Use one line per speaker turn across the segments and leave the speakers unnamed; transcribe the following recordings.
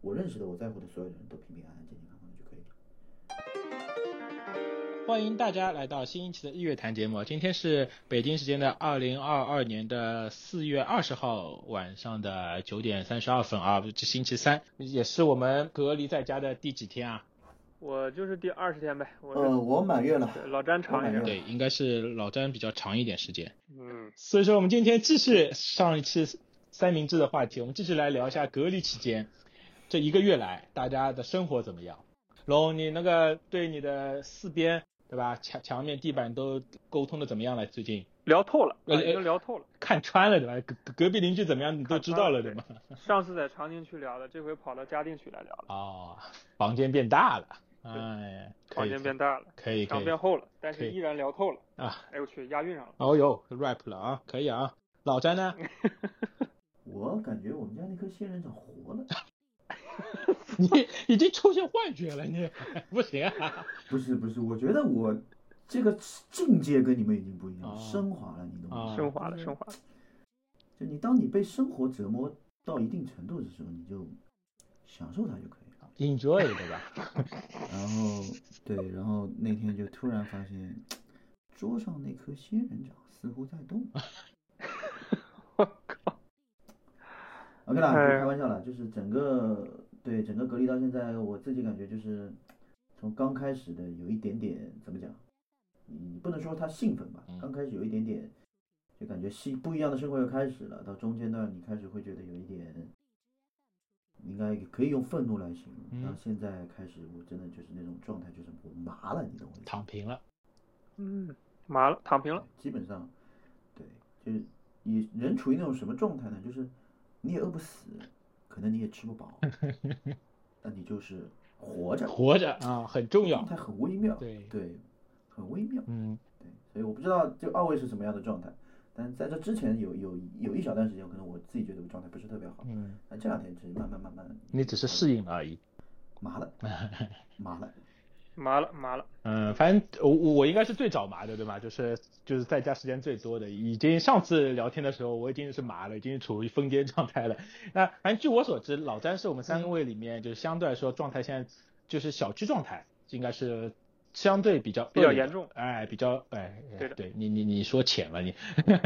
我认识的、我在乎的所有人都平平安安、健健康康的就可以了。
欢迎大家来到新一期的《日月谈》节目。今天是北京时间的二零二二年的四月二十号晚上的九点三十二分啊，这星期三，也是我们隔离在家的第几天啊？
我就是第二十天呗，我是、
哦
呃，我满月了，
对老詹长一点
我，
对，应该是老詹比较长一点时间。
嗯，
所以说，我们今天继续上一期三明治的话题，我们继续来聊一下隔离期间这一个月来大家的生活怎么样。龙，你那个对你的四边对吧，墙墙面、地板都沟通的怎么样了？最近
聊透了，
呃
啊已经聊透了。
看穿了对吧？隔隔隔壁邻居怎么样，你都知道了对吗？
上次在长宁区聊的，这回跑到嘉定区来聊了，
哦，房间变大了，哎，可
房
以
间变大了，
可以可
墙
以
变厚了，但
可
是
以
依然聊透了。
啊，
哎呦我去，押韵上了。
哦哟，rap 了啊，可以啊。老詹 呢？
我感觉我们家那棵仙人掌活了，
你已经出现幻觉了，你 不行啊！
不是不是，我觉得我这个境界跟你们已经不一样，
哦
升华了，你懂吗？
哦
升华了，升华了。
就你当你被生活折磨到一定程度的时候，你就享受它就可以了。
enjoy 对吧？
然后对，然后那天就突然发现，桌上那颗仙人掌似乎在动。
我靠，
OK 啦，就
哎
开玩笑了，就是整个对整个隔离到现在，我自己感觉就是从刚开始的有一点点怎么讲，嗯，不能说他兴奋吧
嗯，
刚开始有一点点，就感觉新不一样的生活又开始了，到中间段你开始会觉得有一点，应该可以用愤怒来形容，
嗯
到现在开始我真的就是那种状态，就是我麻了，你懂我意思吗？
躺平了，
嗯，麻了，躺平了。
基本上，对，就是你人处于那种什么状态呢？就是你也饿不死，可能你也吃不 饱，但你就是活着，
活着啊很重
状
要。
态很微妙，
对
很微妙，
嗯，
对，所以我不知道这二位是什么样的状态，但在这之前有有有一小段时间，可能我自己觉得我状态不是特别好，
嗯，
但这两天是慢慢慢慢
你只是适应了而已。
麻 了，麻了，
麻了，麻了，
嗯，反正我我应该是最早麻的，对吧？就是就是在家时间最多的，已经上次聊天的时候我已经是麻了，已经处于疯癫状态了。那反正据我所知，老詹是我们
嗯
三位里面就是相对来说状态现在就是小区状态，应该是相对比较
比较
恶劣的
严重
哎，比较哎，哎
对的
对你你你说浅了你，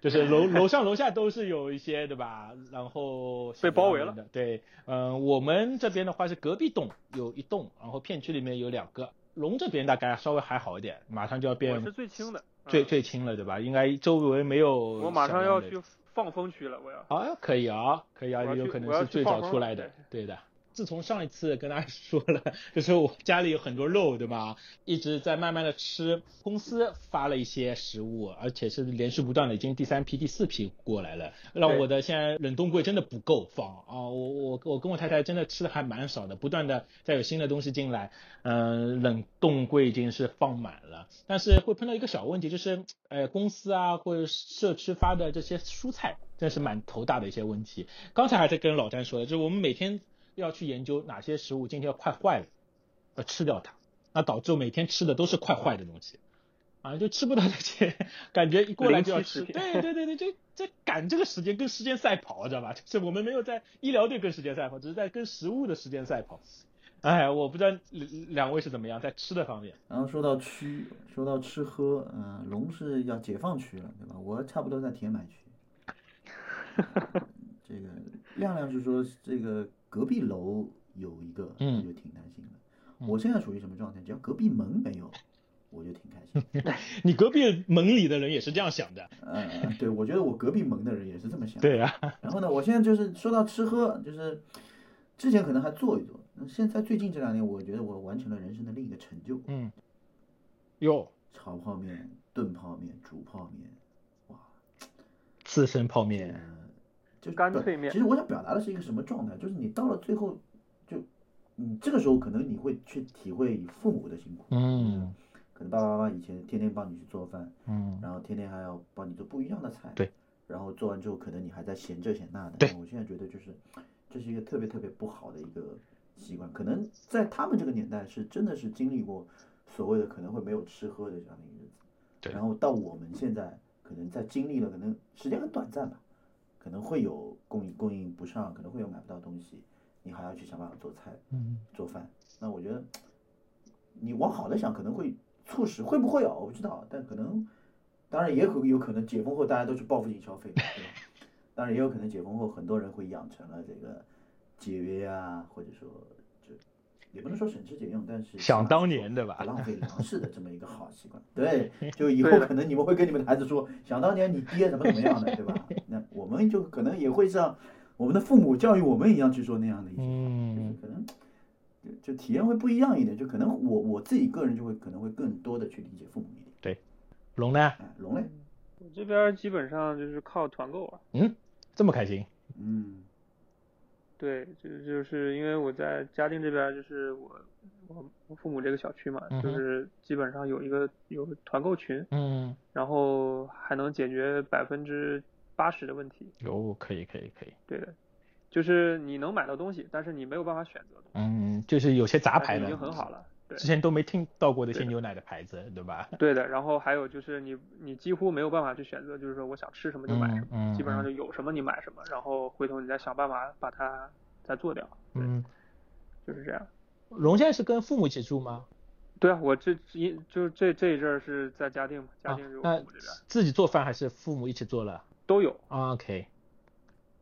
就是楼楼上楼下都是有一些对吧？然后
被包围了
的，对，嗯、我们这边的话是隔壁栋有一栋，然后片区里面有两个，龙这边大概稍微还好一点，马上就要
我
变
是最轻的。嗯
最，最轻了对吧？应该周围没有什么样的，
我马上要去放风区了，我要。
啊，可以啊，可以啊，
我要
有
去
可能
我要
是
去
最
放
早
风
出
了
来的，对的。自从上一次跟大家 说了，就是我家里有很多肉，对吧？一直在慢慢的吃。公司发了一些食物，而且是连续不断的，已经第三批、第四批过来了，让
对
我的现在冷冻柜真的不够放啊！我我我跟我太太真的吃的还蛮少的，不断的再有新的东西进来，嗯、冷冻柜已经是放满了，但是会碰到一个小问题，就是呃公司啊或者社区发的这些蔬菜，真是蛮头大的一些问题。刚才还在跟老詹说的，就是我们每天要去研究哪些食物今天要快坏了，要呃吃掉它，那导致我每天吃的都是快坏的东西，啊，就吃不到那些， 感觉一过来就要吃。
零七食品
对对对对，这这赶这个时间跟时间赛跑，知道吧？就是我们没有在医疗队跟时间赛跑，只是在跟食物的时间赛跑。哎，我不知道两两位是怎么样在吃的方面。
然后说到区，说到吃喝，嗯、龙是要解放区了，对吧？我差不多在填埋区。 这个亮亮是说这个隔壁楼有一个，
嗯
那就挺开心的。我现在属于什么状态？只要隔壁门没有，我就挺开心。
你隔壁门里的人也是这样想的。
呃，对，我觉得我隔壁门的人也是这么想。。
对啊，
然后呢，我现在就是说到吃喝，就是之前可能还做一做，那现在最近这两年，我觉得我完成了人生的另一个成就。
嗯，哟，
炒泡面、炖泡面、煮泡面，
刺身泡面，
就是
干
表
脆面
其实我想表达的是一个什么状态？就是你到了最后，就你这个时候可能你会去体会父母的辛苦，
嗯
可能爸爸妈妈以前天天帮你去做饭，
嗯，
然后天天还要帮你做不一样的菜，
对，
然后做完之后可能你还在嫌这嫌那的，
对
我现在觉得就是这是一个特别特别不好的一个习惯，可能在他们这个年代是真的是经历过所谓的可能会没有吃喝的这样的一个日子，
对
然后到我们现在可能在经历了可能时间很短暂吧，可能会有供应供应不上，可能会有买不到东西，你还要去想办法做菜、
嗯，
做饭。那我觉得，你往好的想，可能会促使会不会啊？我不知道，但可能，当然也可有可能解封后大家都去报复性消费，对吧？当然也有可能解封后很多人会养成了这个节约啊，或者说就也不能说省吃俭用，但是
想
起码
当
是
年对吧
不浪费粮食的这么一个好习惯。 对，就以后
对的
可能你们会跟你们的孩子说，想当年你爹怎么怎么样的，对吧？ 那我们就可能也会像我们的父母教育我们一样去说那样的一些话，就是
嗯
可能就就体验会不一样一点，就可能我我自己个人就会可能会更多的去理解父母一点。
龙呢？
哎，龙嘞，
嗯我这边基本上就是靠团购啊，
嗯，这么开心？
嗯
对，就就是因为我在嘉定这边，就是我我我父母这个小区嘛，
嗯哼
就是基本上有一个有个团购群，
嗯，
然后还能解决百分之八十的问题。
有可以可以可以，
对的，就是你能买到东西，但是你没有办法选择，
嗯，就是有些杂
但是
牌
已
的，
经很好了。对
之前都没听到过的一些
对的
牛奶的牌子，对吧？
对的，然后还有就是你你几乎没有办法去选择，就是说我想吃什么就买什么，
嗯嗯
基本上
嗯
就有什么你买什么，然后回头你再想办法把它再做掉，
嗯，
就是这样。
龙现在是跟父母一起住吗？
对啊，我这一就是这这一阵儿是在嘉定嘛，嘉定就我
啊那
们这边、
自己做饭还是父母一起做了啊
都有
？OK，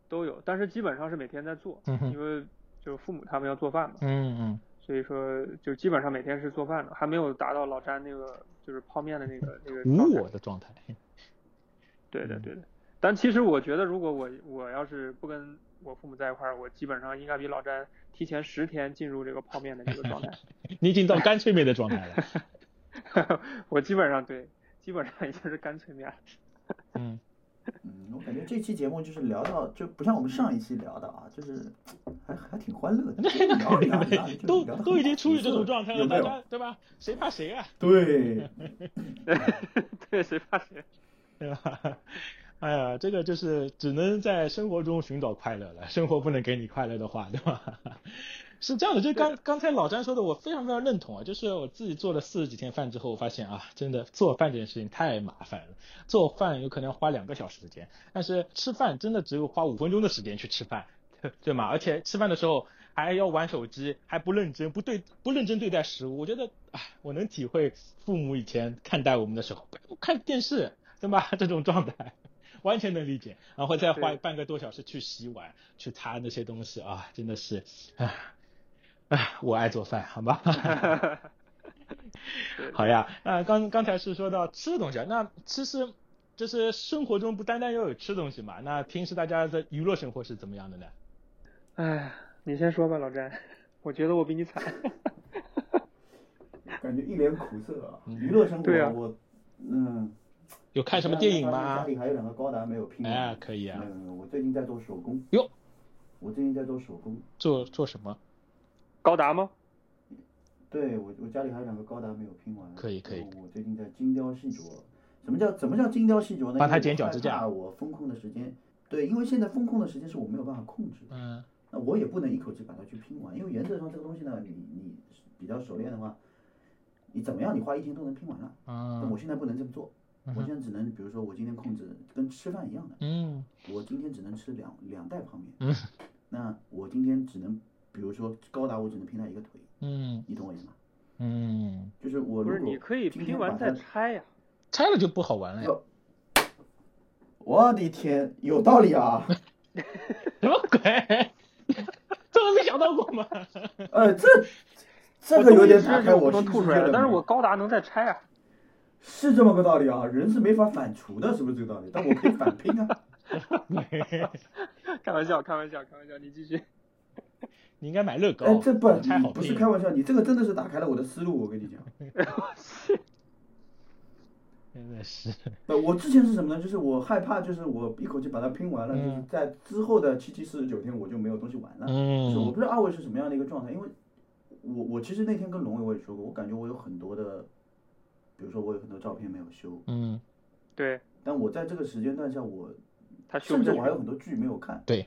都有，但是基本上是每天在做，
嗯哼
因为就是父母他们要做饭嘛，
嗯嗯，
所以说就基本上每天是做饭的，还没有达到老詹那个就是泡面的那个那个状
无
态
我的状态，
对的
嗯
对的，但其实我觉得如果我我要是不跟我父母在一块儿，我基本上应该比老詹提前十天进入这个泡面的这个状态。
你已经到干脆面的状态 了。
我基本上对，基本上已经是干脆面了。
嗯，
嗯，我感觉这期节目就是聊到，就不像我们上一期聊的啊，就是还还挺欢乐的， 就是聊着聊着聊着就
都
聊得很
都已经
好
处于这种状态了，
有没
大
有？
家对吧？谁怕谁啊？
对，
对，谁怕谁？
对吧？ 哎呀，这个就是只能在生活中寻找快乐了，生活不能给你快乐的话，对吧？ 是这样的，就是刚刚才老詹说的，我非常非常认同啊。就是我自己做了四十几天饭之后，我发现啊，真的做饭这件事情太麻烦了。做饭有可能要花两个小时时间，但是吃饭真的只有花五分钟的时间去吃饭， 对吗？而且吃饭的时候还要玩手机，还不认真，不对，不认真对待食物。我觉得，哎，我能体会父母以前看待我们的时候，看电视，对吧？ 这种状态。完全能理解，然后再花
对
半个多小时去洗碗、去擦那些东西啊，真的是，啊，啊，我爱做饭，好吧？
对
好呀，那刚刚才是说到吃的东西啊，那其实就是生活中不单单要有吃东西嘛，那平时大家的娱乐生活是怎么样的呢？
哎，你先说吧，老詹，我觉得我比你惨。
感觉一脸苦涩啊。娱乐生活，
对啊
我嗯，
有看什么电影
发现
吗
家？里还有两个高达没有拼完。
哎，可以啊，
嗯，我最近在做手工。
哟，
我最近在做手工。
做做什么？
高达吗？
对我，我家里还有两个高达没有拼完。
可以可以
然后我最近在精雕细琢。什么叫怎么叫精雕细琢呢？
帮他
因为
剪
我
脚
害
趾甲
怕我风控的时间，对，因为现在风控的时间是我没有办法控制的。
嗯
那我也不能一口气把它去拼完，因为原则上这个东西呢，你你比较熟练的话，你怎么样你花一天都能拼完了。但我
嗯
现在不能这么做，我现在只能比如说我今天控制跟吃饭一样的，
嗯
我今天只能吃两两袋泡面。
嗯
那我今天只能比如说高达我只能拼到一个腿，
嗯
你懂我意思吗？
嗯，
就是我
不是，
如
你
果
可以
今
拼
天
完
把
再
它
拆呀、
拆了就不好玩了呀。
要我的天，有道理啊！
什么鬼？这我没想到过吗？
呃，这这
我
个
东
有
西
点
吃
打
着
开
就不
我
能
新
吐
世界
出来
的
了，但是
门
我高达能再拆啊。
是这么个道理啊，人是没法反刍的，是不是这个道理？但我可以 反拼啊。
开玩笑，开玩笑，开玩笑，你继续。
你应该买乐高，
哎，这不
拆好
不是
拼
开玩笑，你这个真的是打开了我的思路，我跟你讲。
真的是，
呃，我之前是什么呢？就是我害怕，就是我一口气把它拼完了，
嗯
就是在之后的七七四十九天我就没有东西玩了。就是我
嗯
不知道阿伟是什么样的一个状态，因为我我其实那天跟龙伟我也说过，我感觉我有很多的，比如说我有很多照片没有修，
嗯
对
但我在这个时间段下我，
他修
甚
不
至
下
我还
去。
有很多剧没有看。
对。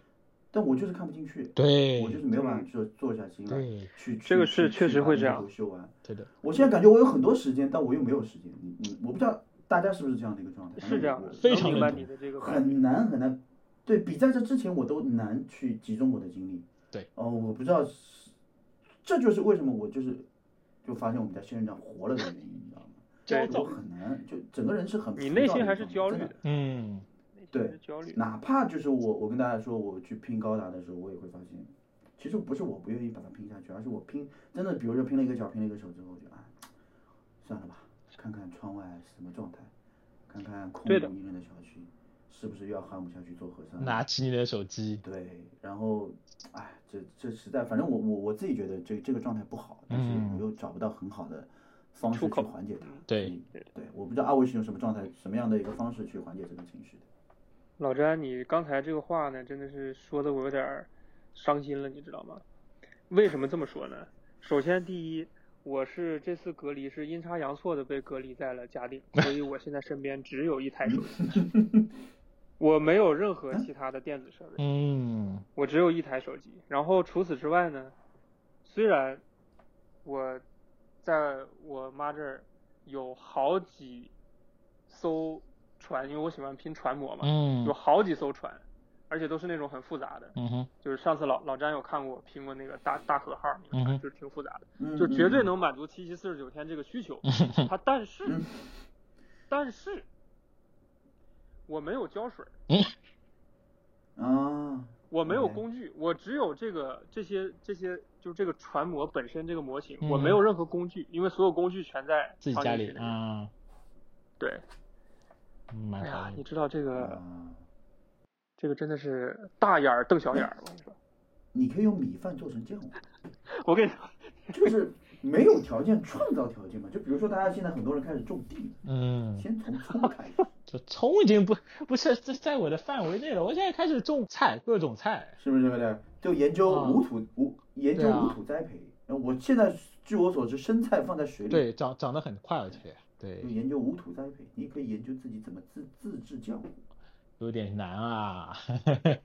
但我就是看不进去，
对
我就是没有办法做做下心来，
对
去去
这个是
去
确
去
实
把
会
那个
这样
图修完。
对的，
我现在感觉我有很多时间，但我又没有时间。你你，我不知道大家是不是这样的一个状态？
是这样的，
我
非
能
常
明
认
白
同
你的这个观点。
很难很难。对比在这之前，我都难去集中我的精力。
对，
哦、我不知道是，这就是为什么我就是就发现我们在仙人掌活了的原因，你知道吗？
焦
就我
躁，
很难，就整个人是很
你
浮
内
躁
心还
一
是
种
焦
真
虑
的
的，
嗯，
内心
对
还是焦虑的。
哪怕就是我，我跟大家说，我去拼高达的时候，我也会发现，其实不是我不愿意把它拼下去，而是我拼真的，比如说拼了一个脚，拼了一个手之后，我就哎，算了吧，看看窗外是什么状态，看看空
对的
无一人的小区，是不是又要喊不下去做核酸？
拿起你的手机，
对，然后，哎，这这实在，反正我我我自己觉得这这个状态不好，但是
嗯
我又找不到很好的方式
出
去
口
缓解它。
对
所以，对，我不知道二位是用什么状态、什么样的一个方式去缓解这个情绪的。
老詹，你刚才这个话呢，真的是说的我有点儿伤心了，你知道吗？为什么这么说呢？首先，第一，我是这次隔离是阴差阳错的被隔离在了嘉定，所以我现在身边只有一台手机，我没有任何其他的电子设备，
嗯
我只有一台手机。然后除此之外呢，虽然我在我妈这儿有好几艘船，因为我喜欢拼船模嘛，
嗯
有好几艘船，而且都是那种很复杂的。
嗯哼
就是上次老老詹有看过我拼过那个大大和号，那
嗯哼
个船就是挺复杂的，
嗯
就绝对
嗯
能满足七七四十九天这个需求。
嗯哼，
它但是
嗯，
但是我没有胶水，
啊，
我没有
OK
工具，我只有这个这些这些，就是这个船模本身这个模型，我
嗯
没有任何工具，因为所有工具全在
自己
藏
家
进
里
去里面。
啊，
对，
嗯蛮
哎
好
呀，你
的，
知道这个
啊，
这个真的是大眼儿瞪小眼儿，我跟 你说，
你可以用米饭做成酱嘛，
我跟你说，
就是没有条件创造条件嘛。就比如说大家现在很多人开始种地，
嗯，
先从葱开始，
就葱已经不不是这在我的范围内了，我现在开始种菜，各种菜，
是不是对不对？就研究
啊
无土无研究
对啊
无土栽培。然后我现在据我所知，生菜放在水
嗯
里，
对，长长得很快，而且对
就，研究无土栽培，你可以研究自己怎么自自制酱。
有点难啊，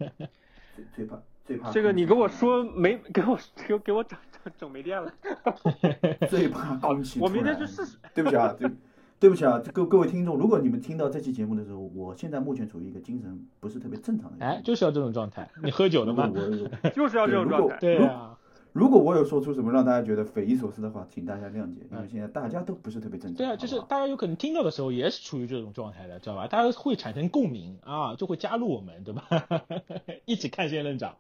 最最怕最怕
这个
空
你
气
跟我
突然
说没给我给给我整整整没电了，
最 怕空气
我
突
明天去
然
试试。
对不起啊，对，对不起啊，各各位听众，如果你们听到这期节目的时候，我现在目前处于一个精神不是特别正常的一个
哎，
状态
就是要这种状态，你喝酒了
如果
吗？
我
就是要这种
对
状
如果
态。
对啊，
如果我有说出什么让大家觉得匪夷所思的话，请大家谅解，因为
嗯
现在大家都不是特别正常。
对啊，
好不
就是
好
大家有可能听到的时候也是处于这种状态的，知道吧？大家会产生共鸣啊，就会加入我们，对吧？ 一起看仙人掌。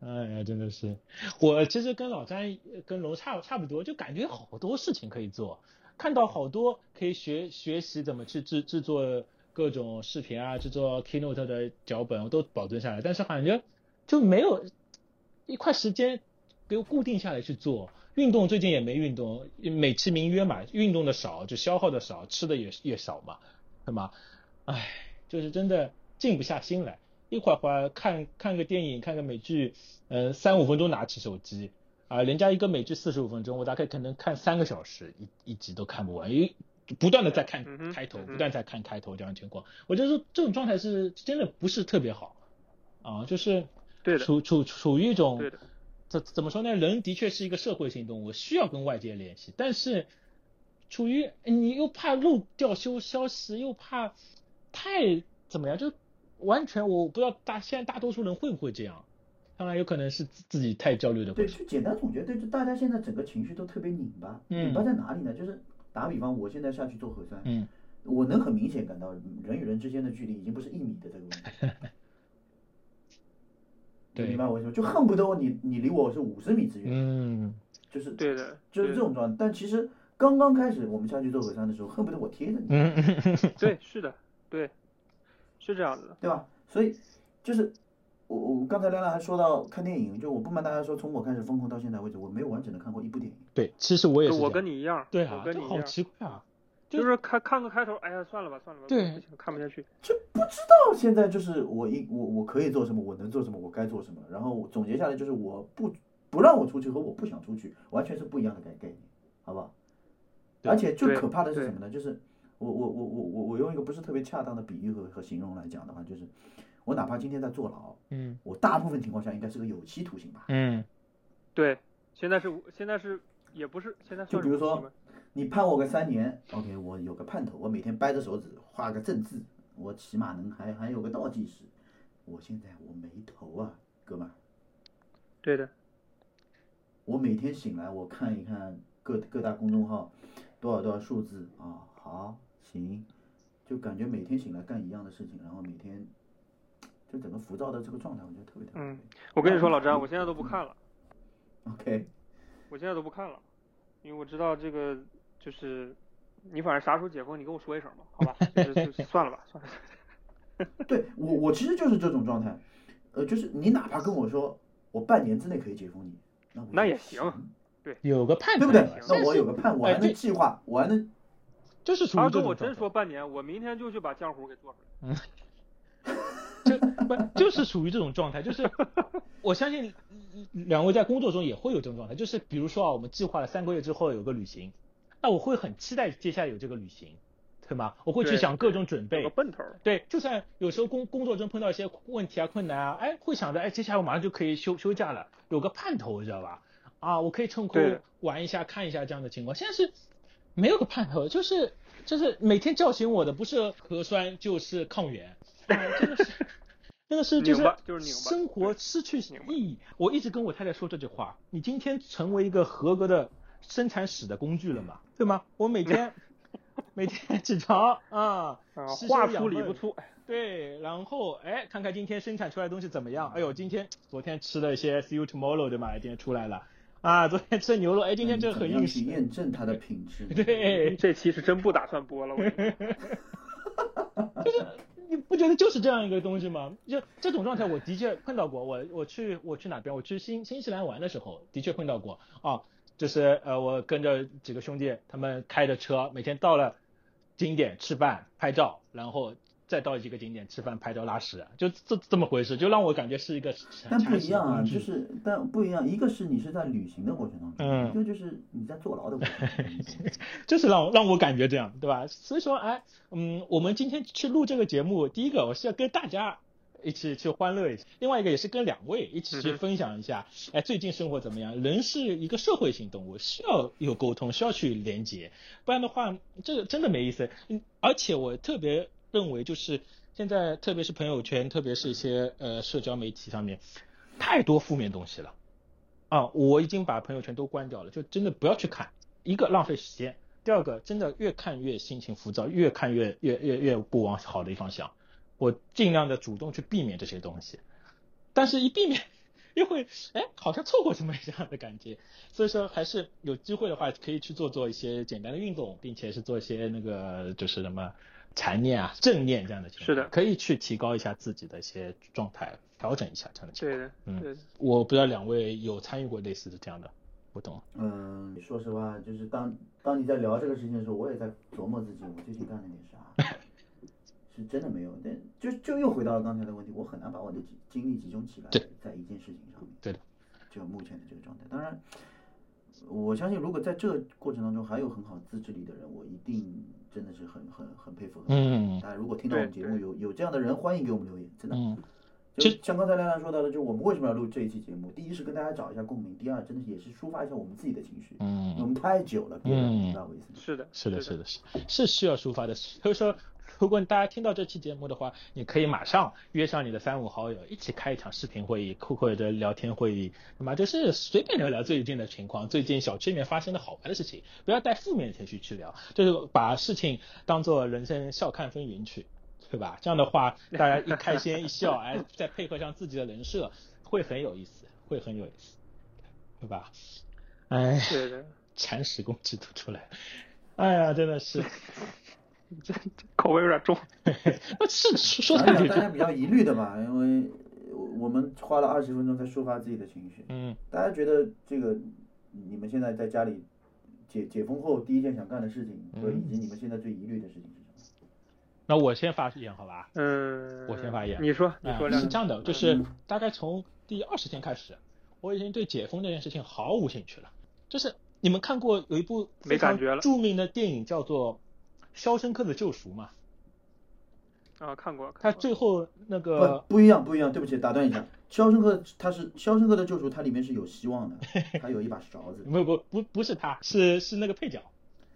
哎呀，真的是，我其实跟老詹、呃跟龙差差不多，就感觉好多事情可以做，看到好多可以学学习怎么去制制作各种视频啊，制作 Keynote 的脚本，我都保存下来，但是感觉就没有一块时间给我固定下来去做。运动最近也没运动，美其名曰嘛，运动的少就消耗的少，吃的也也少嘛，对吗？唉，就是真的静不下心来，一会儿会儿看看个电影，看个美剧，呃，三五分钟拿起手机。啊，人家一个美剧四十五分钟，我大概可能看三个小时，一一集都看不完，因为不断的在看
嗯哼
开头，
嗯哼
不断地在看开头这样的情况，我觉得说这种状态是真的不是特别好，啊，就是
对的
处处处于一种
对的
怎怎么说呢？人的确是一个社会性动物，需要跟外界联系，但是处于你又怕漏掉消消息，又怕太怎么样，就完全我不知道大现在大多数人会不会这样，当然有可能是自自己太焦虑的
对，
回事。
就简单总结，对，就大家现在整个情绪都特别拧巴，
嗯
拧巴在哪里呢？就是打个比方，我现在下去做核酸，
嗯，
我能很明显感到人与人之间的距离已经不是一米的这个问 题。你
对
明白我意思吗？就恨不得你你离我是五十米之远，
嗯，
就是
对的，
就是这种状态。但其实刚刚开始我们下去做核酸的时候，恨不得我贴着你，
嗯嗯
对，是的，对，是这样子的。
对吧？所以就是我我刚才亮亮还说到看电影，就我不瞒大家说，从我开始疯狂到现在为止，我没有完整的看过一部电影。
对，其实我也
就是
这
我
样
跟你一样，
对啊，
我跟
这
你一
好
样，
奇怪啊，就
就是看看个开头，哎呀，算了吧，算了吧，
对
不行，看不下去。
就不知道现在就是我一我我可以做什么，我能做什么，我该做什么。然后我总结下来就是我不不让我出去和我不想出去完全是不一样的概概念，好不好？
对
而且最
对
可怕的是
对
什么呢？就是我我我我我我用一个不是特别恰当的比喻和和形容来讲的话，就是我哪怕今天在坐牢，
嗯
我大部分情况下应该是个有期徒刑吧。
嗯
对，现在是无现在是也不是现在
就
算
比如
是无期
说
吗，
你判我个三年，OK，我有个盼头，我每天掰着手指画个正字，我起码能还还有个倒计时。我现在我没头啊，哥们儿，
对的，
我每天醒来我看一看各各大公众号多少多少数字啊，好行，就感觉每天醒来干一样的事情，然后每天就整个浮躁的这个状态，我觉得特别特别
嗯
累。
我跟你说，老詹，我现在都不看了，
OK，
我现在都不看了，因为我知道这个就是你反正啥时候解封，你跟我说一声吧，好吧？就是就算了吧，算了。
对我我其实就是这种状态，呃，就是你哪怕跟我说我半年之内可以解封你，那我
那
就
也行
有个盼
对
头
不
了，
对？
现在
那我
是
有个盼，我
哎
还能
这
计划，我还能
就是属于
他要
这
跟
种
我
状
真
态
说半年，我明天就去把浆糊给做出来。
就不就是属于这种状态，就是 我相信两位在工作中也会有这种状态，就是比如说啊，我们计划了三个月之后有个旅行，那我会很期待接下来有这个旅行，对吗？我会去
对
想各种准
有
备
个，奔头儿，
对，就算有时候工工作中碰到一些问题啊、困难啊，哎，会想着，哎，接下来我马上就可以休休假了，有个盼头，知道吧？啊，我可以趁
对
空玩一下、看一下这样的情况。现在是没有个盼头，就是就是每天叫醒我的不是核酸就是抗原，啊、真的是 真的是就
拧
是
巴就是拧巴
生活
对
失去
拧巴
意义。我一直跟我太太说这句话：你今天成为一个合格的生产屎的工具了嘛？
嗯
对吗？我每 天每天起床啊，
啊，
吸收
话
养
粗理不
分
粗，
对，然后哎，看看今天生产出来的东西怎么
嗯
样？哎呦，今天昨天吃了一些 see you tomorrow 对吧？今天出来了啊，昨天吃的牛肉，哎，今天
嗯
这
怎
很
么样
硬
去
实。
验证它的品质。
对，
这期是真不打算播了，我跟 你说
你不觉得就是这样一个东西吗？就这种状态，我的确碰到过。我我去我去哪边？我去新新西兰玩的时候，的确碰到过啊。就是呃，我跟着几个兄弟，他们开着车，每天到了景点吃饭拍照，然后再到几个景点吃饭拍照拉屎，就这这么回事，就让我感觉是一个产
但不
产
一
屎的
样啊，
工
就
具。
是但不一样，一个是你是在旅行的过程当中，
嗯
一个就是你在坐牢的过程当中。
就是让我让我感觉这样，对吧？所以说，哎，嗯，我们今天去录这个节目，第一个我是要跟大家一起去欢乐一下，另外一个也是跟两位一起去
嗯哼
分享一下，哎，最近生活怎么样？人是一个社会性动物，需要有沟通，需要去连接，不然的话，这个真的没意思。嗯而且我特别认为，就是现在特别是朋友圈，特别是一些呃社交媒体上面，太多负面东西了。啊，我已经把朋友圈都关掉了，就真的不要去看。一个浪费时间，第二个真的越看越心情浮躁，越看越越越越不往好的方向。我尽量的主动去避免这些东西，但是一避免又会哎，好像错过什么一样的感觉。所以说还是有机会的话，可以去做做一些简单的运动，并且是做一些那个就是什么禅念啊、正念这样的情况，
是的
可以去提高一下自己的一些状态，调整一下这样的情况。
对的，
嗯
对的，
我不知道两位有参与过类似的这样的活动吗？
嗯，说实话，就是当当你在聊这个事情的时候，我也在琢磨自己，我最近干了点 啥，是真的没有。但就就又回到了刚才的问题，我很难把我的精精力集中起来
对
在一件事情上面。
对的。
就目前的这个状态，当然，我相信如果在这个过程当中还有很好自制力的人，我一定真的是很很很佩服。很佩服
嗯
大家如果听到我们
对
节目
对
有有这样的人，欢迎给我们留言，真的。
嗯，
就
这
像刚才亮亮说到的，就是我们为什么要录这一期节目？第一是跟大家找一下共鸣，第二真的是也是抒发一下我们自己的情绪。
嗯
我们太久了，别人
嗯
明白我意思吗？
是的，
是的，是
是的，
的，是是需要抒发的。所以说，如果大家听到这期节目的话，你可以马上约上你的三五好友，一起开一场视频会议或者聊天会议，那么就是随便聊聊最近的情况，最近小区里面发生的好玩的事情，不要带负面情绪去聊，就是把事情当做人生笑看风云去，对吧？这样的话，大家一开心一笑，哎，再配合上自己的人设，会很有意思，会很有意思，对吧？哎，
对的，
铲屎工具都出来了，哎呀，真的 是。
这这口味有点重，
不是说
大
太
家
对
大家比较疑虑的吧，因为我我们花了二十分钟在抒发自己的情绪。
嗯，
大家觉得这个你们现在在家里解解封后第一件想干的事情，和
嗯
以及你们现在最疑虑的事情是什么？
那我先发言好吧？
嗯，
我先发言
你说，你
啊
说，嗯
是
亮
这
亮，
样的，就是大概从第二十天开始，我已经对解封这件事情毫无兴趣了。就是你们看过有一部
没感觉了
著名的电影叫做《肖申克的救赎》嘛？
啊，看过，
他
看过，
最后那个
不，不一样，不一样。对不起，打断一下，《肖申克》它是《肖申克的救赎》，它里面是有希 望的，它有一把勺子。
不不不不是他，是是那个配角，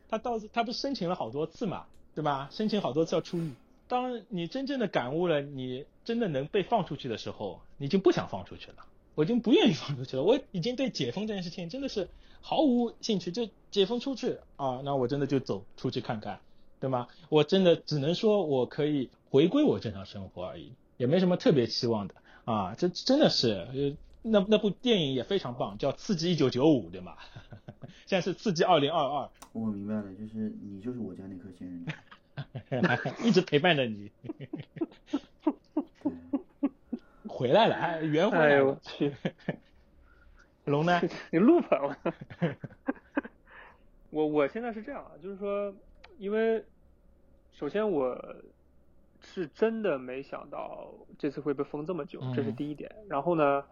他到他不是申请了好多次嘛，对吧？申请好多次要出狱。当你真正的感悟了，你真的能被放出去的时候，你就不想放出去了。我已经不愿意放出去了，我已经对解封这件事情真的是毫无兴趣。就解封出去啊，那我真的就走出去看看，对吗？我真的只能说我可以回归我正常生活而已，也没什么特别期望的啊。这真的是，呃那那部电影也非常棒，叫《刺激一九九五》，对吗？ 现在是《刺激二零二二
我明白了，就是你就是我家那颗仙人掌。》，
一直陪伴着你
对
回来了，哎，圆回
哎
来
呦
了
我。去，
龙 呢？
你录吧我。我我现在是这样啊，就是说，因为首先我是真的没想到这次会被封这么久，这是
嗯
第一点。然后呢，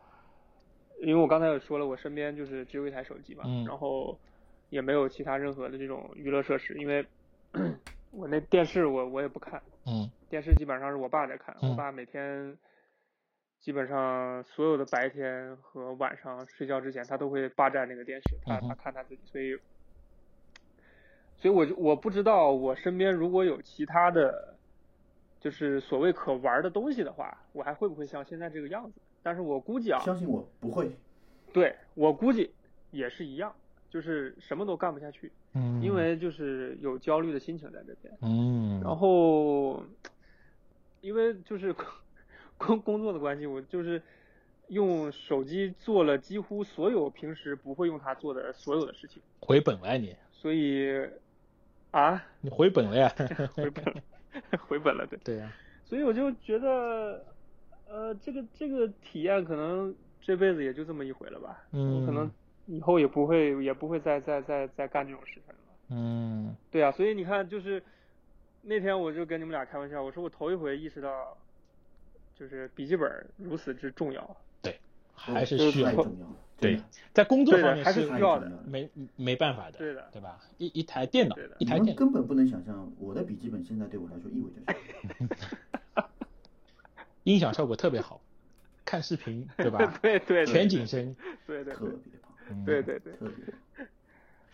因为我刚才也说了，我身边就是只有一台手机嘛，
嗯
然后也没有其他任何的这种娱乐设施，因为 我那电视我我也不看，
嗯
电视基本上是我爸在看，
嗯
我爸每天基本上所有的白天和晚上睡觉之前，他都会霸占那个电视，他
嗯哼
他看他自己，所以，所以我就我不知道我身边如果有其他的，就是所谓可玩的东西的话，我还会不会像现在这个样子？但是我估计啊，
相信我，不会。
对我估计也是一样，就是什么都干不下去，
嗯，
因为哦就是有焦虑的心情在这边。
嗯，
然后因为就是工工工作的关系，我就是用手机做了几乎所有平时不会用它做的所有的事情，
回本了啊你，
所以啊，
你回本了呀？
回本了回本了，对，
对呀、
所以我就觉得，呃，这个这个体验可能这辈子也就这么一回了吧，
嗯
我可能以后也不会也不会再再再再干这种事情了。
嗯
对啊，所以你看，就是那天我就跟你们俩开玩笑，我说我头一回意识到，就是笔记本如此之重要。
还是
嗯
需要
太重要了。
对
真的
在工作
对
方
的，
面
还
是
是
太
需要
重
的。
要了
没没办法的，
对的
对吧？一一台电脑
对的，
一台
你们
电脑，
根本不能想象，我的笔记本现在对我来说意味着什么。
音响效果特别好，看视频，对吧？
对 对，对
全景声，
对对
特
对
别棒，
嗯
对，对对。
特别棒。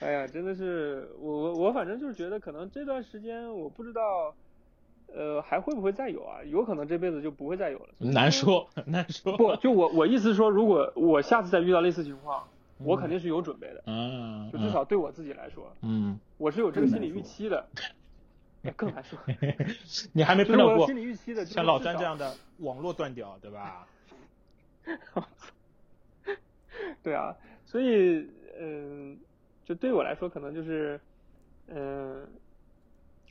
哎呀，真的是我我我反正就是觉得，可能这段时间我不知道，呃，还会不会再有啊？有可能这辈子就不会再有了。
嗯难说难说，
不，就我我意思是说，如果我下次再遇到类似情况，我
嗯
肯定是有准备的，
啊，
就至少对我自己来说，
嗯，
我是有这个
更
心理
难说
预期的。哎更难 说。
嗯你还没
就
碰
是
到
我有
过
心理预期的，就是
像老
至
詹
少
这样的网络断掉，对吧？
对啊，所以嗯、就对我来说可能就是嗯、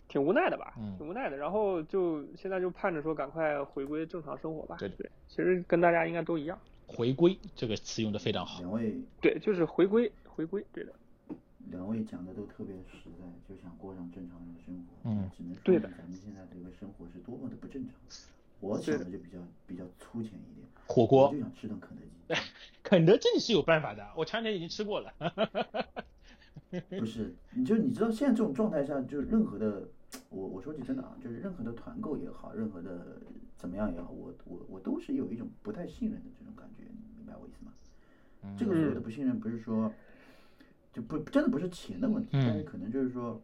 挺无奈的吧
嗯，
挺无奈的。然后就现在就盼着说赶快回归正常生活吧。
对
对，其实跟大家应该都一样。
回归这个词用的非常好，
两位
对，就是回归，回归，对的，
两位讲的都特别实在，就想过上正常人的生活，
嗯，
只能说
对
明
的
咱们现在这个生活是多么的不正常。我想
对的
的就比较比较粗浅一点，
火
我
锅
就，
嗯
想吃顿肯德基，
肯德基是有办法的，我前两天已经吃过了，
不是，你就你知道现在这种状态下，就任何的，我我说句真的啊，就是任何的团购也好，任何的怎么样也好，我我我都是有一种不太信任的这种感觉，你明白我意思吗？
嗯
这个所谓的不信任，不是说就不真的不是钱的问题，但是可能就是说，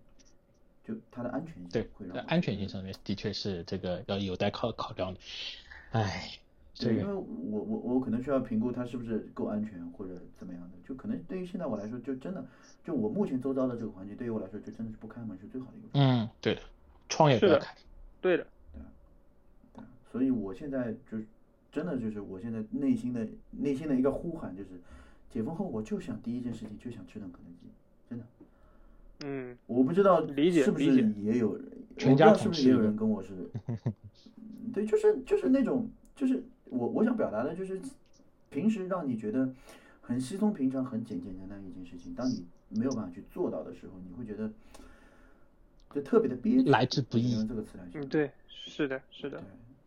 就它的安全性
嗯对
会，让
在
我
安
觉
全
得
性上面的确是这个要有待考考量的。唉，这
对，因
个
为我我我可能需要评估它是不是够安全或者怎么样的，就可能对于现在我来说，就真的就我目前周遭的这个环境，对于我来说，就真的是不开门是最好的一个状态。
嗯，对的，创业不
是
要
的
开，
对的，
对所以我现在就真的就是我现在内心的内心的一个呼喊就是，解封后我就想第一件事情就想吃顿肯德基，真的。
嗯，
我不知道
理解
是不是
理解
也有人，
全
我不知
家
道
桶
是不是
吃
也
一
有
个
人跟 我是，对，就是就是那种就是我我想表达的就是，平时让你觉得很稀松平常、很简简单单一件事情，当你没有办法去做到的时候，你会觉得就特别的憋屈。
来之不
我只
易
能用这个词来形
嗯，
容。
对，是的，是的，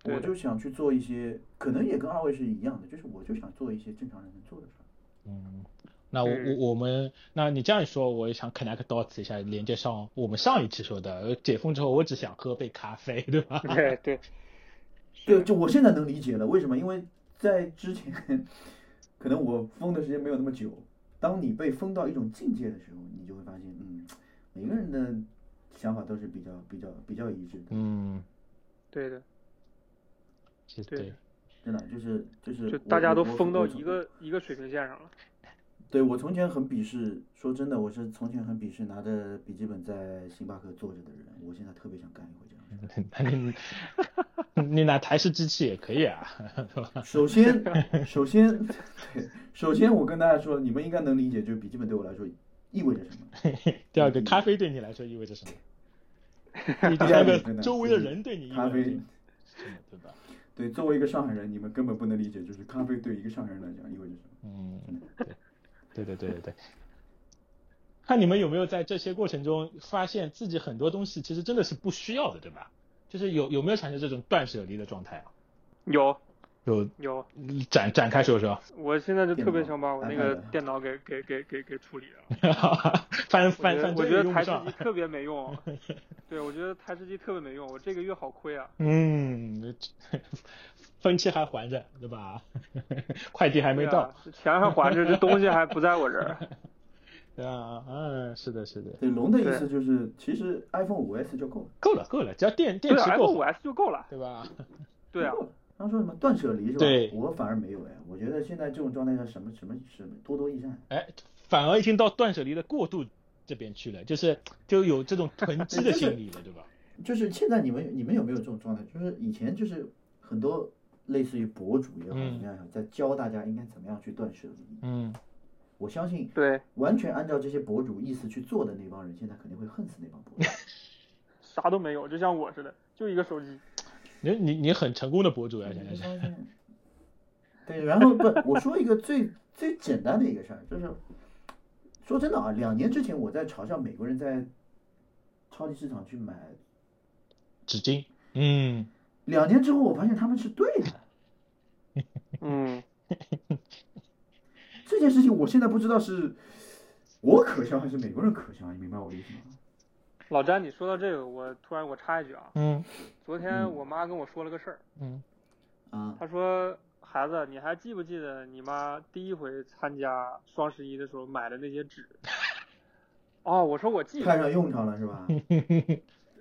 对，
对
我
的
就想去做一些，可能也跟二位是一样的，就是我就想做一些正常人能做的事儿。
嗯，那我
嗯
我我们，那你这样一说，我也想 connect dots 一下，连接上我们上一期说的，呃解封之后我只想喝杯咖啡，对吧？
对 对，
对，就我现在能理解了，为什么？因为在之前，可能我封的时间没有那么久。当你被封到一种境界的时候，你就会发现，嗯，每个人的想法都是比较、比较、比较一致的。
嗯，
对的，
其实
对
对，
真的就是就是
就
我
大家
我
都
我
疯到
我从
一个一个水平线上了。
对我从前很鄙视，说真的，我是从前很鄙视拿着笔记本在星巴克坐着的人，我现在特别想干一回这样的事。
你你拿台式机器也可以啊，是吧？
首先，首先， 对，首先我跟大家说，你们应该能理解，就是笔记本对我来说意味着什么。
第二个，咖啡对你来说意味着什么？ 你第
嗯第
三
二
个
个真，的
周围的人对你意味
咖
着
啡
什么？对吧？
对，作为一个上海人，你们根本不能理解，就是咖啡对一个上海人来讲意味着什么。
嗯，对对对对对。看你们有没有在这些过程中发现自己很多东西其实真的是不需要的，对吧？就是有有没有产生这种断舍离的状态啊？
有
有
有，
展展开说说，
我现在就特别
电脑
想把我那
iPad 啊
个电脑给给给给给处理了。
翻
我
翻
觉得
翻
我
这个
觉得
用
台
不
式
上
机。特别没 用，对我觉得台式机特别没用，我这个月好亏啊。
嗯， 分期还还着，对吧？ 快递还没
对
到
啊，，这钱还还着，这东西还不在我这 儿。
对啊，嗯，是的，是的，
对，龙的意
对
思就是，其实 iPhone 五 S 就够了。
够了，够了，只要电电
对啊
池
，iPhone
够
五
好，
S 就够了。
对吧？
对啊
不，够了。刚说什么断舍离是吧？
对
我反而没有哎，我觉得现在这种状态下，什么什么什么多多益善。
哎，反而已经到断舍离的过渡这边去了，就是就有这种囤积的心理了，对吧？
就是现在你们你们有没有这种状态？就是以前就是很多类似于博主也好
嗯
怎么样也好，在教大家应该怎么样去断舍离。
嗯，
我相信
对，
完全按照这些博主意思去做的那帮人，现在肯定会恨死那帮博主。
啥都没有，就像我似的，就一个手 机。
你你你很成功的博主呀、
你
现
会
在是，
发现，对，然后不， 我说一个最最简单的一个事儿，就是说真的啊，两年之前我在嘲笑美国人在超级市场去买，
纸巾，嗯，
两年之后我发现他们是对的。
嗯，
这件事情我现在不知道是我可笑还是美国人可笑，你明白我的意思吗？
老詹，你说到这个，我突然我插一句啊，
嗯
昨
嗯
天我妈跟我说了个事儿，
嗯
啊，
她说孩子，你还记不记得你妈第一回参加双十一的时候买的那些 纸？哦，我说我记
派
得，
上用场了是吧？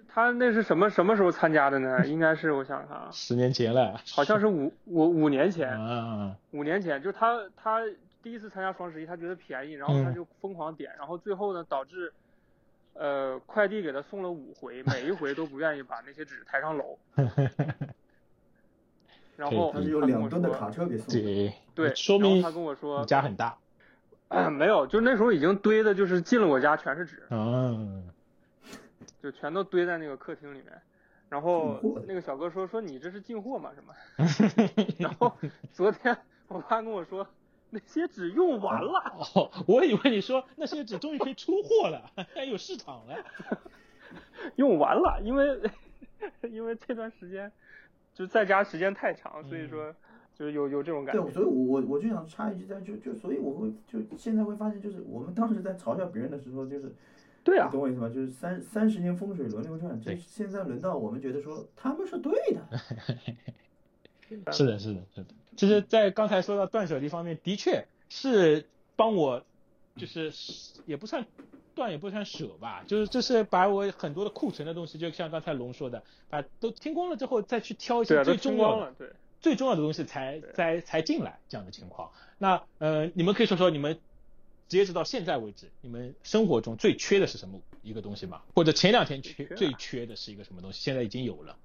她那是什么什么时候参加的呢？应该是我想想啊，
十年前了，
好像是五五五年前，
啊，
五年前，就是他他第一次参加双十一，他觉得便宜，然后他
嗯
就疯狂点，然后最后呢导致，呃，快递给他送了五回，每一回都不愿意把那些纸抬 上楼，然后
他是有两吨的卡车给送的，
对，
嗯对，
说
然后
明
他跟我
你
说、
家很大，
没有，就那时候已经堆的就是进了我家全是纸，
嗯，
就全都堆在那个客厅里面。然后那个小哥说说你这是进货吗？什么？然后昨天我妈跟我说那些纸用完了。
哦，我以为你说那些纸终于可以出货了， 该有市场了，
用完了，因为 因为这段时间就在家时间太长，所以说就是有有这种感
对，
觉。
所以我我我就想插一句，在就就所以我会就现在会发现，就是我们当时在嘲笑别人的时候，就是
对啊
你，懂我意思吗？就是三三十年风水轮流转，
对
这现在轮到我们觉得说他们是对的，
是的，是的，是的。其实，在刚才说到断舍离方面，的确是帮我，就是也不算断，也不算舍吧，就是这是把我很多的库存的东西，就像刚才龙说的，把都清光了之后，再去挑一
对
些
啊，都
最
清
重要
光
的、
了，对。
最重要的东西才
对
才才进来这样的情况。那呃，你们可以说说你们。截止到现在为止，你们生活中最缺的是什么一个东西吗？或者前两天缺
最缺啊
最缺的是一个什么东西？现在已经有了。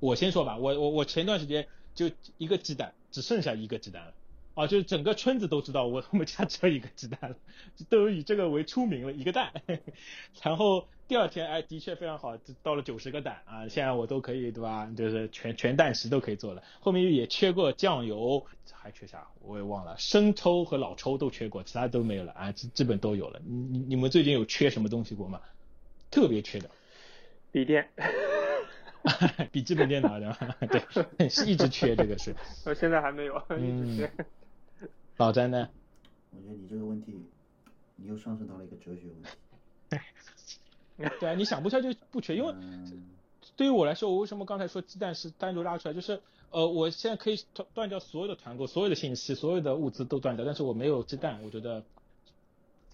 我先说吧，我我我前段时间就一个鸡蛋，只剩下一个鸡蛋了。啊，就是整个村子都知道我 我们家只有一个鸡蛋了，都以这个为出名了，一个蛋。然后第二天，哎，的确非常好，到了九十个蛋啊，现在我都可以对吧？就是全全蛋食都可以做了。后面也缺过酱油，还缺啥我也忘了，生抽和老抽都缺过，其他都没有了啊，基基本都有了。你你你们最近有缺什么东西过吗？特别缺的。
笔电，
笔记本电脑的，对， 是一直缺这个是。
我现在还没有，一直是
老詹呢？
我觉得你这个问题，你又上升到了一个哲学问题。
对啊，你想不开就不缺，因为
嗯
对于我来说，我为什么刚才说鸡蛋是单独拉出来，就是呃，我现在可以断断掉所有的团购、所有的信息、所有的物资都断掉，但是我没有鸡蛋，我觉得，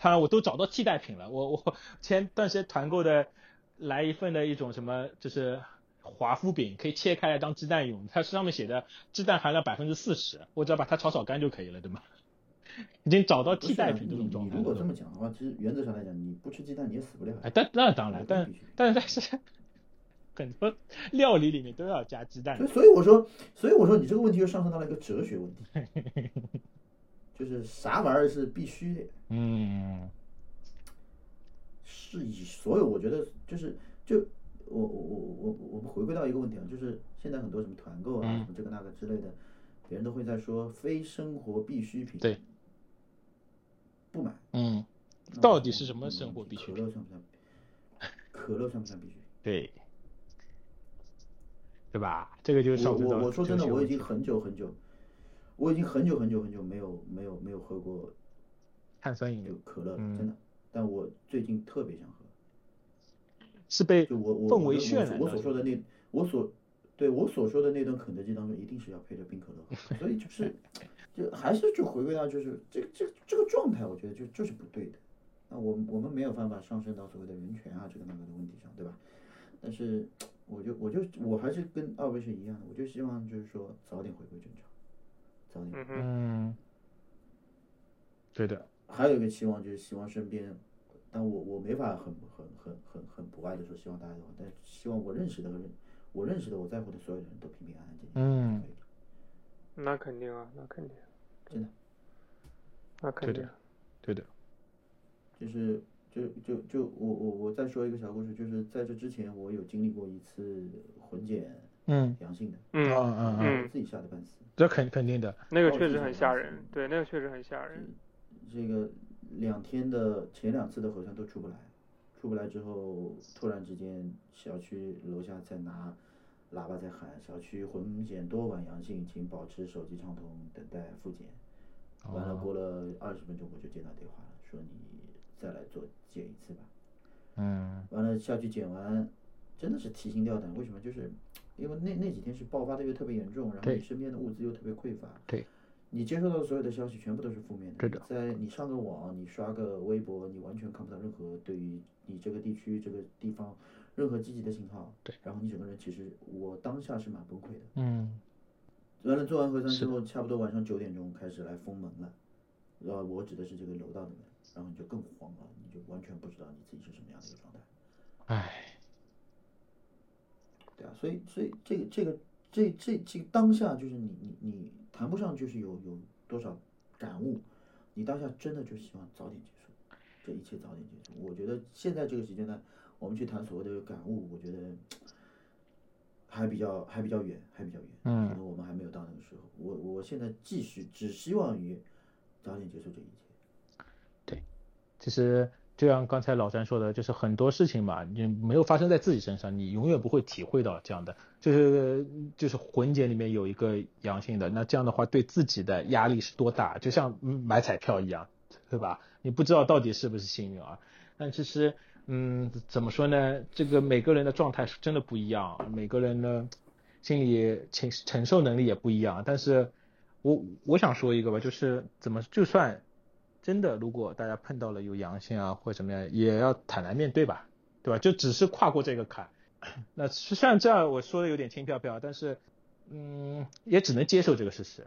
当然我都找到替代品了。我我前段时间团购的来一份的一种什么，就是华夫饼可以切开来当鸡蛋用，它上面写的鸡蛋含量百分之四十，我只要把它炒炒干就可以了，对吗？ 已经找到
不
替
是啊
代品这
你
种状
你
态
如果这
了。
么讲的话，其实原则上来讲，你不吃鸡蛋你也死不了呀。
哎，但那当然，但
必须
但但是 很多料理里面都要加鸡蛋
所以，。所以我说，所以我说你这个问题又上升到了一个哲学问题， 就是啥玩意儿是必须的，
嗯
是以所有我觉得就是就我我我我我们回归到一个问题啊，就是现在很多什么团购啊、
嗯
什么这个那个之类的，别人都会在说非生活必需品，
对，
不买。
嗯，
那
到
我
底
想
是什么
问
生
问
活
题
必需
可
品
乐算不算？可乐算不算必需品？
对，对吧？这个就上
我
升到
我我说真的，
哲学
我已
问
经
题
很久很久，我已经很久很久很久没有没有没有喝过
碳酸饮料
有可乐了，
嗯
真的。但我最近特别想喝，
是被
就我我
氛
我
围
的
渲
我
染
所我
到
所说的那我所对我所说的那顿肯德基当中，一定是要配着冰可乐喝，所以就是就还是就回归到就是这个这个这个状态，我觉得就就是不对的。那我们我们没有办法上升到所谓的人权啊这个那个的问题上，对吧？但是我就我就我还是跟二位是一样的，我就希望就是说早点回归正常，早点
嗯哼，
嗯，对的，
还有一个期望就是希望身边，但我我没法很很很很很博爱的说希望大家都好，但希望我认识的和认我认识的我在乎的所有的人都平平安安、健健康康
嗯
就可以了。
那肯定啊，那肯定，
真的，
那肯
对
定
的，对的，
就是就就就我我我再说一个小故事，就是在这之前我有经历过一次混检
嗯
阳性的，
嗯
嗯，
嗯嗯，
我
嗯
自己吓得半死。
这肯肯定的，
那个
暴击
确实
这
很
种
吓
东西
人，对，那个确实很吓人，
这个两天的前两次的核酸都出不来，出不来之后，突然之间小区楼下在拿喇叭在喊，小区混检多晚阳性，请保持手机畅通，等待复检。完了
哦
过了二十分钟，我就接到电话了，说你再来做检一次吧。
嗯
完了下去检完，真的是提心吊胆。为什么？就是因为那那几天是爆发的又特别严重，然后
对
你身边的物资又特别匮乏，
对，
你接收到的所有的消息全部都是负面的。
对的
在你上个网，你刷个微博，你完全看不到任何对于你这个地区、这个地方任何积极的信号。
对，
然后你整个人其实我当下是蛮崩溃的。
嗯
完了，做完核酸
是
之
的
后，差不多晚上九点钟开始来封门了，然后我指的是这个楼道的门，然后你就更慌了，你就完全不知道你自己是什么样的一个状态。
唉，
对啊，所以所以这个这个这这这个当下就是你你你谈不上就是有有多少感悟，你当下真的就希望早点结束，这一切早点结束。我觉得现在这个时间段，我们去谈所谓的感悟，我觉得还比较还比较远，还比较远，
嗯
可能我们还没有到那个时候。我我现在继续只希望于早点结束这一切。
其实就像刚才老詹说的，就是很多事情嘛，你没有发生在自己身上，你永远不会体会到这样的。就是就是混检里面有一个阳性的，那这样的话对自己的压力是多大？就像嗯买彩票一样，对吧？你不知道到底是不是幸运儿。但其实，嗯，怎么说呢？这个每个人的状态是真的不一样，每个人的心理承承受能力也不一样。但是我我想说一个吧，就是怎么就算真的，如果大家碰到了有阳性啊或者怎么样，也要坦然面对吧，对吧？就只是跨过这个坎。那虽然这样我说的有点轻飘飘，但是嗯，也只能接受这个事实，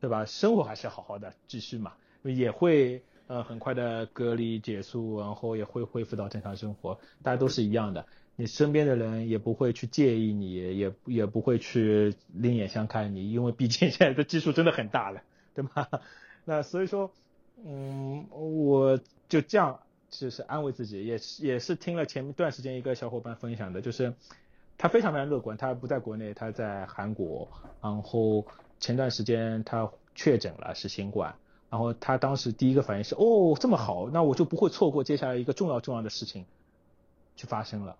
对吧？生活还是要好好的继续嘛，也会呃很快的隔离结束，然后也会恢复到正常生活，大家都是一样的。你身边的人也不会去介意你，也也不会去另眼相看你，因为毕竟现在的基数真的很大了，对吧？ 那所以说，嗯，我就这样，就是安慰自己，也是也是听了前一段时间一个小伙伴分享的，就是他非常非常乐观，他不在国内，他在韩国，然后前段时间他确诊了是新冠，然后他当时第一个反应是，哦，这么好，那我就不会错过接下来一个重要重要的事情去发生了。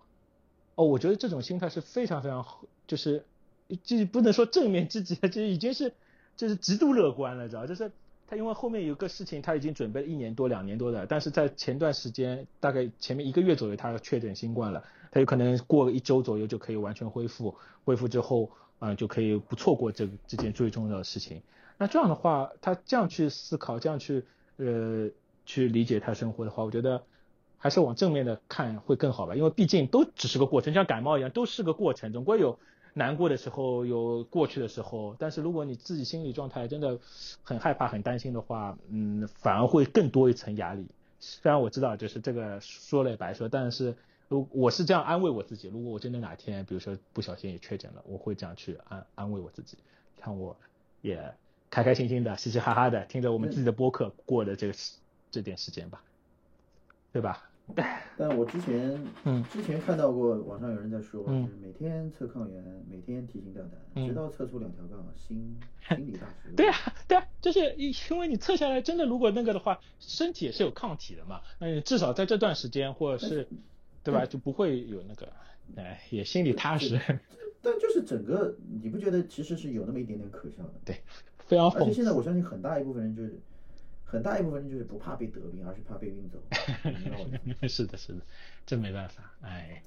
哦，我觉得这种心态是非常非常好，就是就是不能说正面积极，就是已经是就是极度乐观了，知道吧就是他因为后面有个事情，他已经准备了一年多、两年多的，但是在前段时间，大概前面一个月左右，他确诊新冠了，他有可能过一周左右就可以完全恢复，恢复之后，嗯、就可以不错过这这件最重要的事情。那这样的话，他这样去思考，这样去呃去理解他生活的话，我觉得还是往正面的看会更好吧，因为毕竟都只是个过程，像感冒一样都是个过程，总归有难过的时候，有过去的时候。但是如果你自己心理状态真的很害怕、很担心的话，嗯，反而会更多一层压力。虽然我知道就是这个说了也白说，但是如我是这样安慰我自己，如果我真的哪天比如说不小心也确诊了，我会这样去安安慰我自己，看我也开开心心的、嘻嘻哈哈的听着我们自己的播客过的这个时这点时间吧，对吧？
但我之前，
嗯
之前看到过网上有人在说，
嗯
就是每天测抗原，每天提心吊胆，
嗯
直到测出两条杠， 心心里大石。
对啊， 对啊，就是因因为你测下来，真的如果那个的话，身体也是有抗体的嘛，那你至少在这段时间或者是，对吧，就不会有那个，哎，也心里踏实，
但就是整个，你不觉得其实是有那么一点点可笑的？
非常
而且
啊讽
现在
刺。
我相信很大一部分人就是，很大一部分人就是不怕被得病，而是怕被运 走。你知道我的意思
是的，是的，这没办法，哎，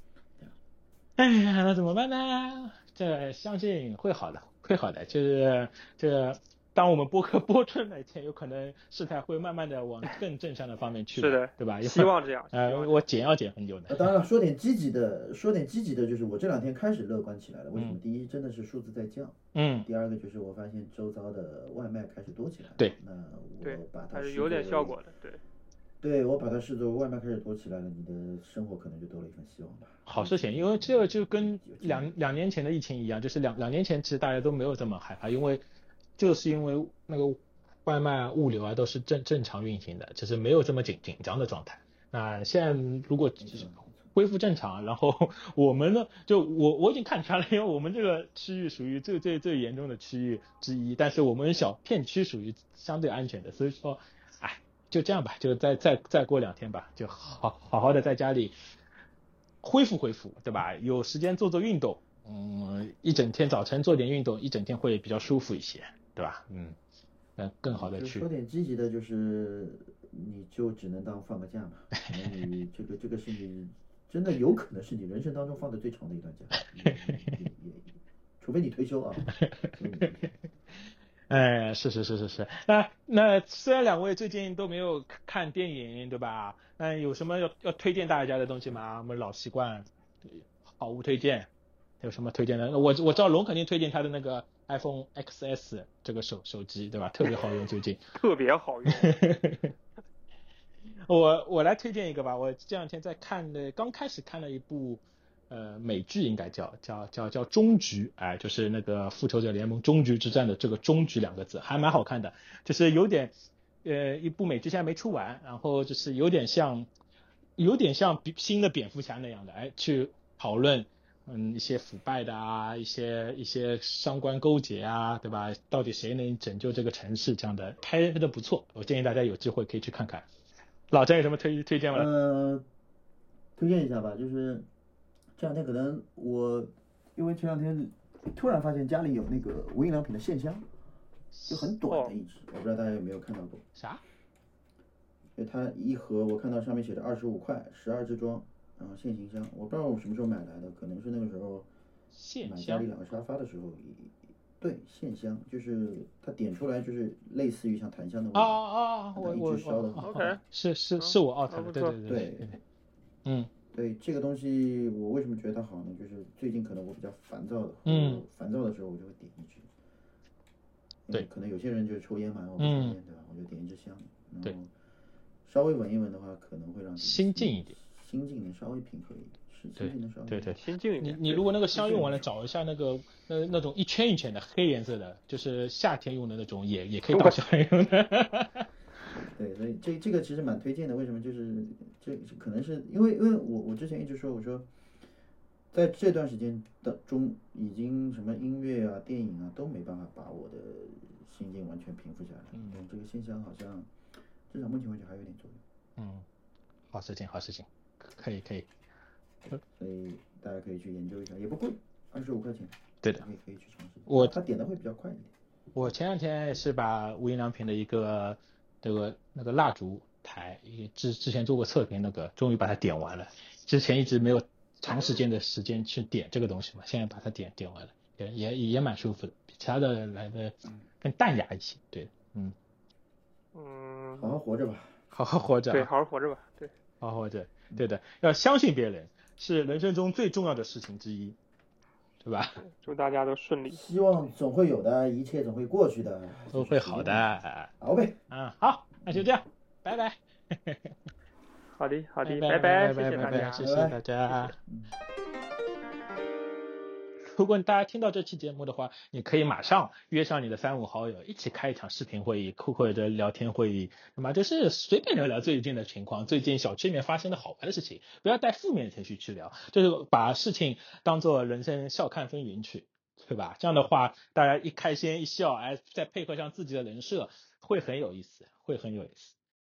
哎呀，那怎么办呢？这相信会好的，会好的，就是这。当我们播客 播出的那一天，有可能事态会慢慢的往更正向的方面去，
是的
对吧？
希 望这样。希
呃，
望
啊我减要减很久
那
的，
当然了，说点积极的，说点积极的，就是我这两天开始乐观起来了。为什么？
嗯
第一，真的是数字在降；
嗯，
第二个就是我发现周遭的外卖开始多起来了。
对，
那
对
我把它
还是
视
有点
作
效果的，对，
对我把它视作外卖开始多起来了，你的生活可能就多了一份希望吧。
好
嗯
事情，因为这就跟两两年前的疫情一样，就是两两年前其实大家都没有这么害怕，因为就是因为那个外卖啊、物流啊都是正正常运行的，就是没有这么紧紧张的状态。那现在如果
没错
恢复正常，然后 我们呢，就我我已经看穿了，因为我们这个区域属于最最最严重的区域之一，但是我们小片区属于相对安全的，所以说，哎，就这样吧，就再再再过两天吧，就好好好的在家里恢复恢复，对吧？有时间做做运动，嗯，一整天早晨做点运动，一整天会比较舒服一些，对吧？嗯，嗯，更好的
就
去
说点积极的，就是你就只能当放个假嘛，可能你这个这个是你真的有可能是你人生当中放的最长的一段假，也也也除非你退休啊。除 非你退休
哎，是是是是是，那那虽然两位最近都没有看电影，对吧？那有什么要要推荐大家的东西吗？我们老习惯，好物推荐，有什么推荐的？我我知道龙肯定推荐他的那个 iPhone XS 这个手手机，对吧？特别好用，最近。
特别 好用。
我我来推荐一个吧，我这两天在看的，刚开始看了一部呃美剧，应该叫叫叫叫《终局》，哎，就是那个《复仇者联盟：终局之战》的这个“终局”两个字，还蛮好看的，就是有点呃一部美剧，现在没出完，然后就是有点像有点像比新的蝙蝠侠那样的，哎，去讨论。嗯，一些腐败的啊，一些一些相关勾结啊，对吧？到底谁能拯救这个城市？这样的拍的不错，我建议大家有机会可以去看看。老詹有什么推推荐吗？
呃，推荐一下吧，就是这两天可能我因为前两天突然发现家里有那个无印良品的线香，就很
哦
短的一支，我不知道大家有没有看到过。
啥？
就它一盒，我看到上面写着二十五块，十二支装，然后现行箱，我不知道我什么时候买来的，可能是那个时候
线
买家里
香？
两个沙发的时候，对，线香就是它点出来就是类似于像檀香的味
啊
道，
啊啊！我
一
我
直烧的
我
话
啊
OK
是是
嗯
是我 out
那
了，
不
对
错
对对
对
对，嗯
对这个东西，我为什么觉得它好呢？就是最近可能我比较烦躁的，
嗯，
烦躁的时候我就会点一支。因
对
为可能有些人就是抽烟嘛，我不抽
嗯
烟，对吧？我就点一支香，
对
然后稍微闻一闻的话，可能会让自己
心静一点，
心境能稍微平和一点，是
对
心境能稍微平和
对对
一点。
先静一
你
点。
你
对
如果那个香
是
用
的
完了，找一下那个那那种一圈一圈的黑颜色的，就是夏天用的那种，也也可以当香用的。
对，所以这这个其实蛮推荐的。为什么？就是这可能是因为因为我我之前一直说，我说在这段时间当中，已经什么音乐啊、电影啊都没办法把我的心境完全平复下来。
嗯
但这个现象好像至少目前为止还有点作用，
嗯，好事情，好事情，可以可以，
所以大家可以去研究一下，也不贵，二十五块钱，
对的
大。家也可以去尝试。
我
他点的会比较快一点。
我前两天也是把无印良品的一个这个那个蜡烛台，也之之前做过测评那个，终于把它点完了。之前一直没有长时间的时间去点这个东西嘛，现在把它点点完了，也也也蛮舒服的，比其他的来的更淡雅一些。对，嗯，
嗯，
好好活着吧，
好好活着
对，
啊。
好好活着吧。对，
啊，或者对的，要相信别人是人生中最重要的事情之一，对吧？
祝大家都顺利。
希望总会有的，一切总会过去的，
都会好的。。
好呗，
嗯，好，那就这样，拜拜。
好的，好的，
哎拜
拜，谢
拜
谢大
拜
家。
谢谢大家。如果大家听到这期节目的话，你可以马上约上你的三五好友，一起开一场视频会议或者聊天会议，那么就是随便聊聊最近的情况，最近小区里面发生的好玩的事情，不要带负面情绪去聊，就是把事情当做人生笑看风云去，对吧？这样的话，大家一开心一笑，哎，再配合上自己的人设，会很有意思，会很有意思。